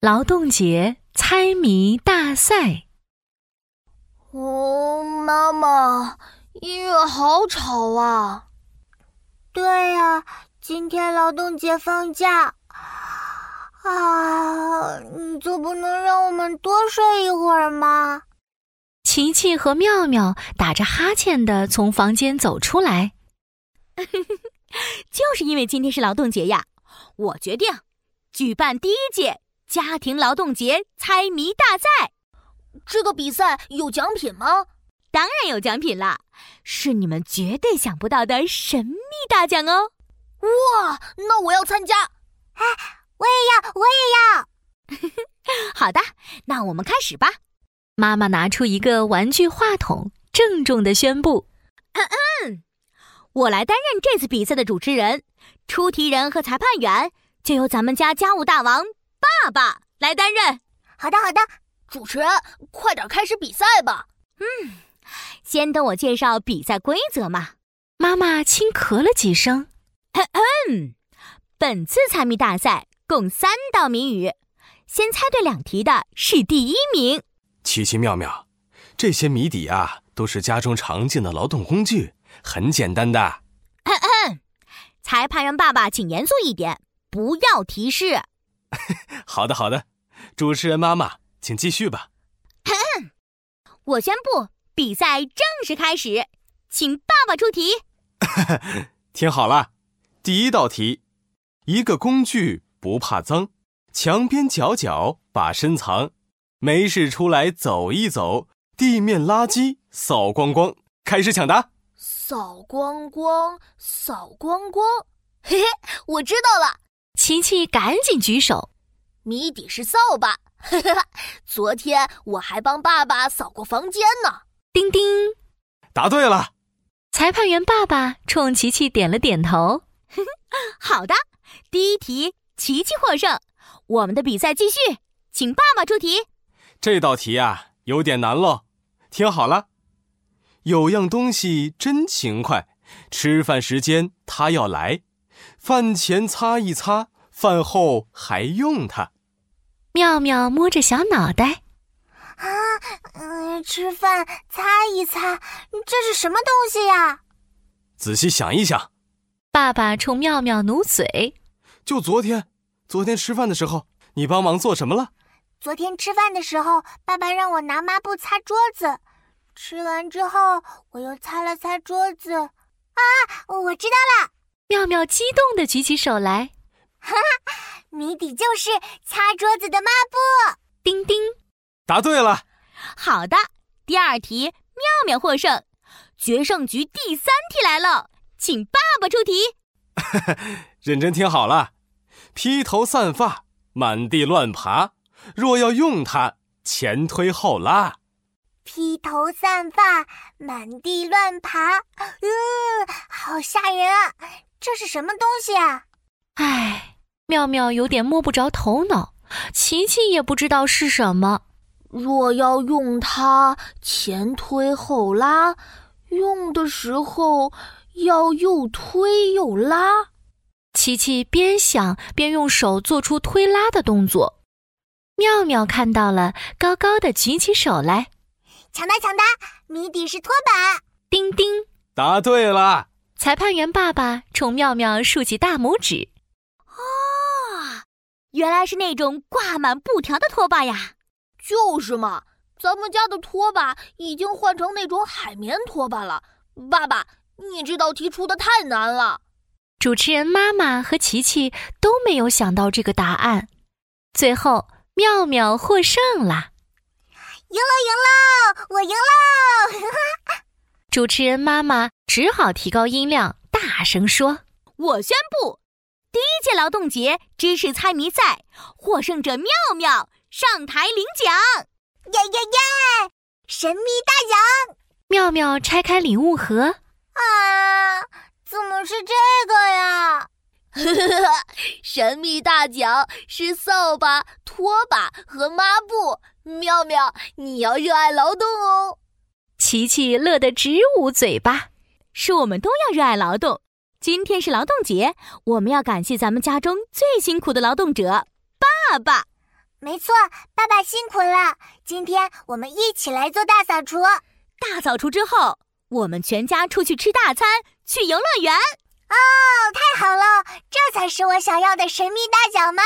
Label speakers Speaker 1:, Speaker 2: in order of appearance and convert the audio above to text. Speaker 1: 劳动节猜谜大赛。
Speaker 2: 哦，妈妈，音乐好吵啊！
Speaker 3: 对呀、今天劳动节放假啊，你就不能让我们多睡一会儿吗？
Speaker 1: 琪琪和妙妙打着哈欠的从房间走出来。
Speaker 4: 就是因为今天是劳动节呀，我决定举办第一届家庭劳动节猜谜大赛。
Speaker 2: 这个比赛有奖品吗？
Speaker 4: 当然有奖品啦，是你们绝对想不到的神秘大奖哦！
Speaker 2: 哇，那我要参加！
Speaker 3: 呀，我也
Speaker 4: 好的，那我们开始吧。
Speaker 1: 妈妈拿出一个玩具话筒，郑重的宣布：
Speaker 4: 嗯我来担任这次比赛的主持人，出题人和裁判员就由咱们家家务大王爸爸来担任。
Speaker 3: 好的好的，
Speaker 2: 主持人，快点开始比赛吧！
Speaker 4: 先等我介绍比赛规则嘛。
Speaker 1: 妈妈轻咳了几声。
Speaker 4: 嗯，本次猜谜大赛共三道谜语，先猜对两题的是第一名。
Speaker 5: 奇奇妙妙，这些谜底啊，都是家中常见的劳动工具，很简单的。
Speaker 4: 裁判员爸爸，请严肃一点，不要提示。
Speaker 5: 好的，好的，主持人妈妈，请继续吧。
Speaker 4: 我宣布，比赛正式开始，请爸爸出题。
Speaker 5: 听好了，第一道题：一个工具不怕脏，墙边角角把身藏，没事出来走一走，地面垃圾扫光光。开始抢答。
Speaker 2: 扫光光，扫光光！ 嘿嘿，我知道了，
Speaker 1: 琪琪赶紧举手。
Speaker 2: 谜底是扫把。 嘿嘿嘿，昨天我还帮爸爸扫过房间呢。
Speaker 1: 叮叮，
Speaker 5: 答对了，
Speaker 1: 裁判员爸爸冲琪琪点了点头。
Speaker 4: 好的，第一题，琪琪获胜。我们的比赛继续，请爸爸出题。
Speaker 5: 这道题啊有点难喽。听好了，有样东西真勤快，吃饭时间它要来，饭前擦一擦，饭后还用它。
Speaker 1: 妙妙摸着小脑袋，
Speaker 3: 嗯，吃饭擦一擦，这是什么东西呀？
Speaker 5: 仔细想一想，
Speaker 1: 爸爸冲妙妙努嘴。
Speaker 5: 就昨天，昨天吃饭的时候，你帮忙做什么了？
Speaker 3: 昨天吃饭的时候，爸爸让我拿抹布擦桌子，吃完之后我又擦了擦桌子。啊，我知道
Speaker 1: 妙妙激动地举起手来。
Speaker 3: 了，谜底就是擦桌子的抹布。
Speaker 1: 叮叮，
Speaker 5: 答对了，
Speaker 4: 好的，第二题，妙妙获胜。决胜局第三题来了，请爸爸出题。
Speaker 5: 认真听好了，披头散发，满地乱爬，若要用它，前推后拉。
Speaker 3: 披头散发，满地乱爬，嗯，好吓人啊！这是什么东西啊？
Speaker 1: 唉，妙妙有点摸不着头脑，琪琪也不知道是什么。
Speaker 2: 若要用它前推后拉，用的时候要又推又拉。
Speaker 1: 琪琪边想边用手做出推拉的动作。妙妙看到了，高高的举起手来。
Speaker 3: 抢答抢答！谜底是拖把。
Speaker 1: 叮叮，
Speaker 5: 答对了。
Speaker 1: 裁判员爸爸冲妙妙竖起大拇指。
Speaker 4: 原来是那种挂满布条的拖把呀！
Speaker 2: 就是嘛，咱们家的拖把已经换成那种海绵拖把了。爸爸，你这道题出的太难了。
Speaker 1: 主持人妈妈和琪琪都没有想到这个答案。最后，妙妙获胜啦！
Speaker 3: 赢了赢了，哦我赢了！
Speaker 1: 主持人妈妈只好提高音量，大声说
Speaker 4: 我宣布，第一届劳动节知识猜谜赛获胜者妙妙上台领奖。
Speaker 3: 耶耶耶！神秘大奖：“
Speaker 1: 妙妙拆开礼物盒，
Speaker 3: 啊，怎么是这个呀？
Speaker 2: 神秘大奖是扫把、拖把和抹布。妙妙，你要热爱劳动哦。
Speaker 1: 琪琪乐得直捂嘴巴。
Speaker 4: 是我们都要热爱劳动。今天是劳动节，我们要感谢咱们家中最辛苦的劳动者——爸爸。
Speaker 3: 没错，爸爸辛苦了。今天我们一起来做大扫除。
Speaker 4: 大扫除之后，我们全家出去吃大餐，去游乐园。
Speaker 3: 太好 了，这才是我想要的神秘大脚嘛！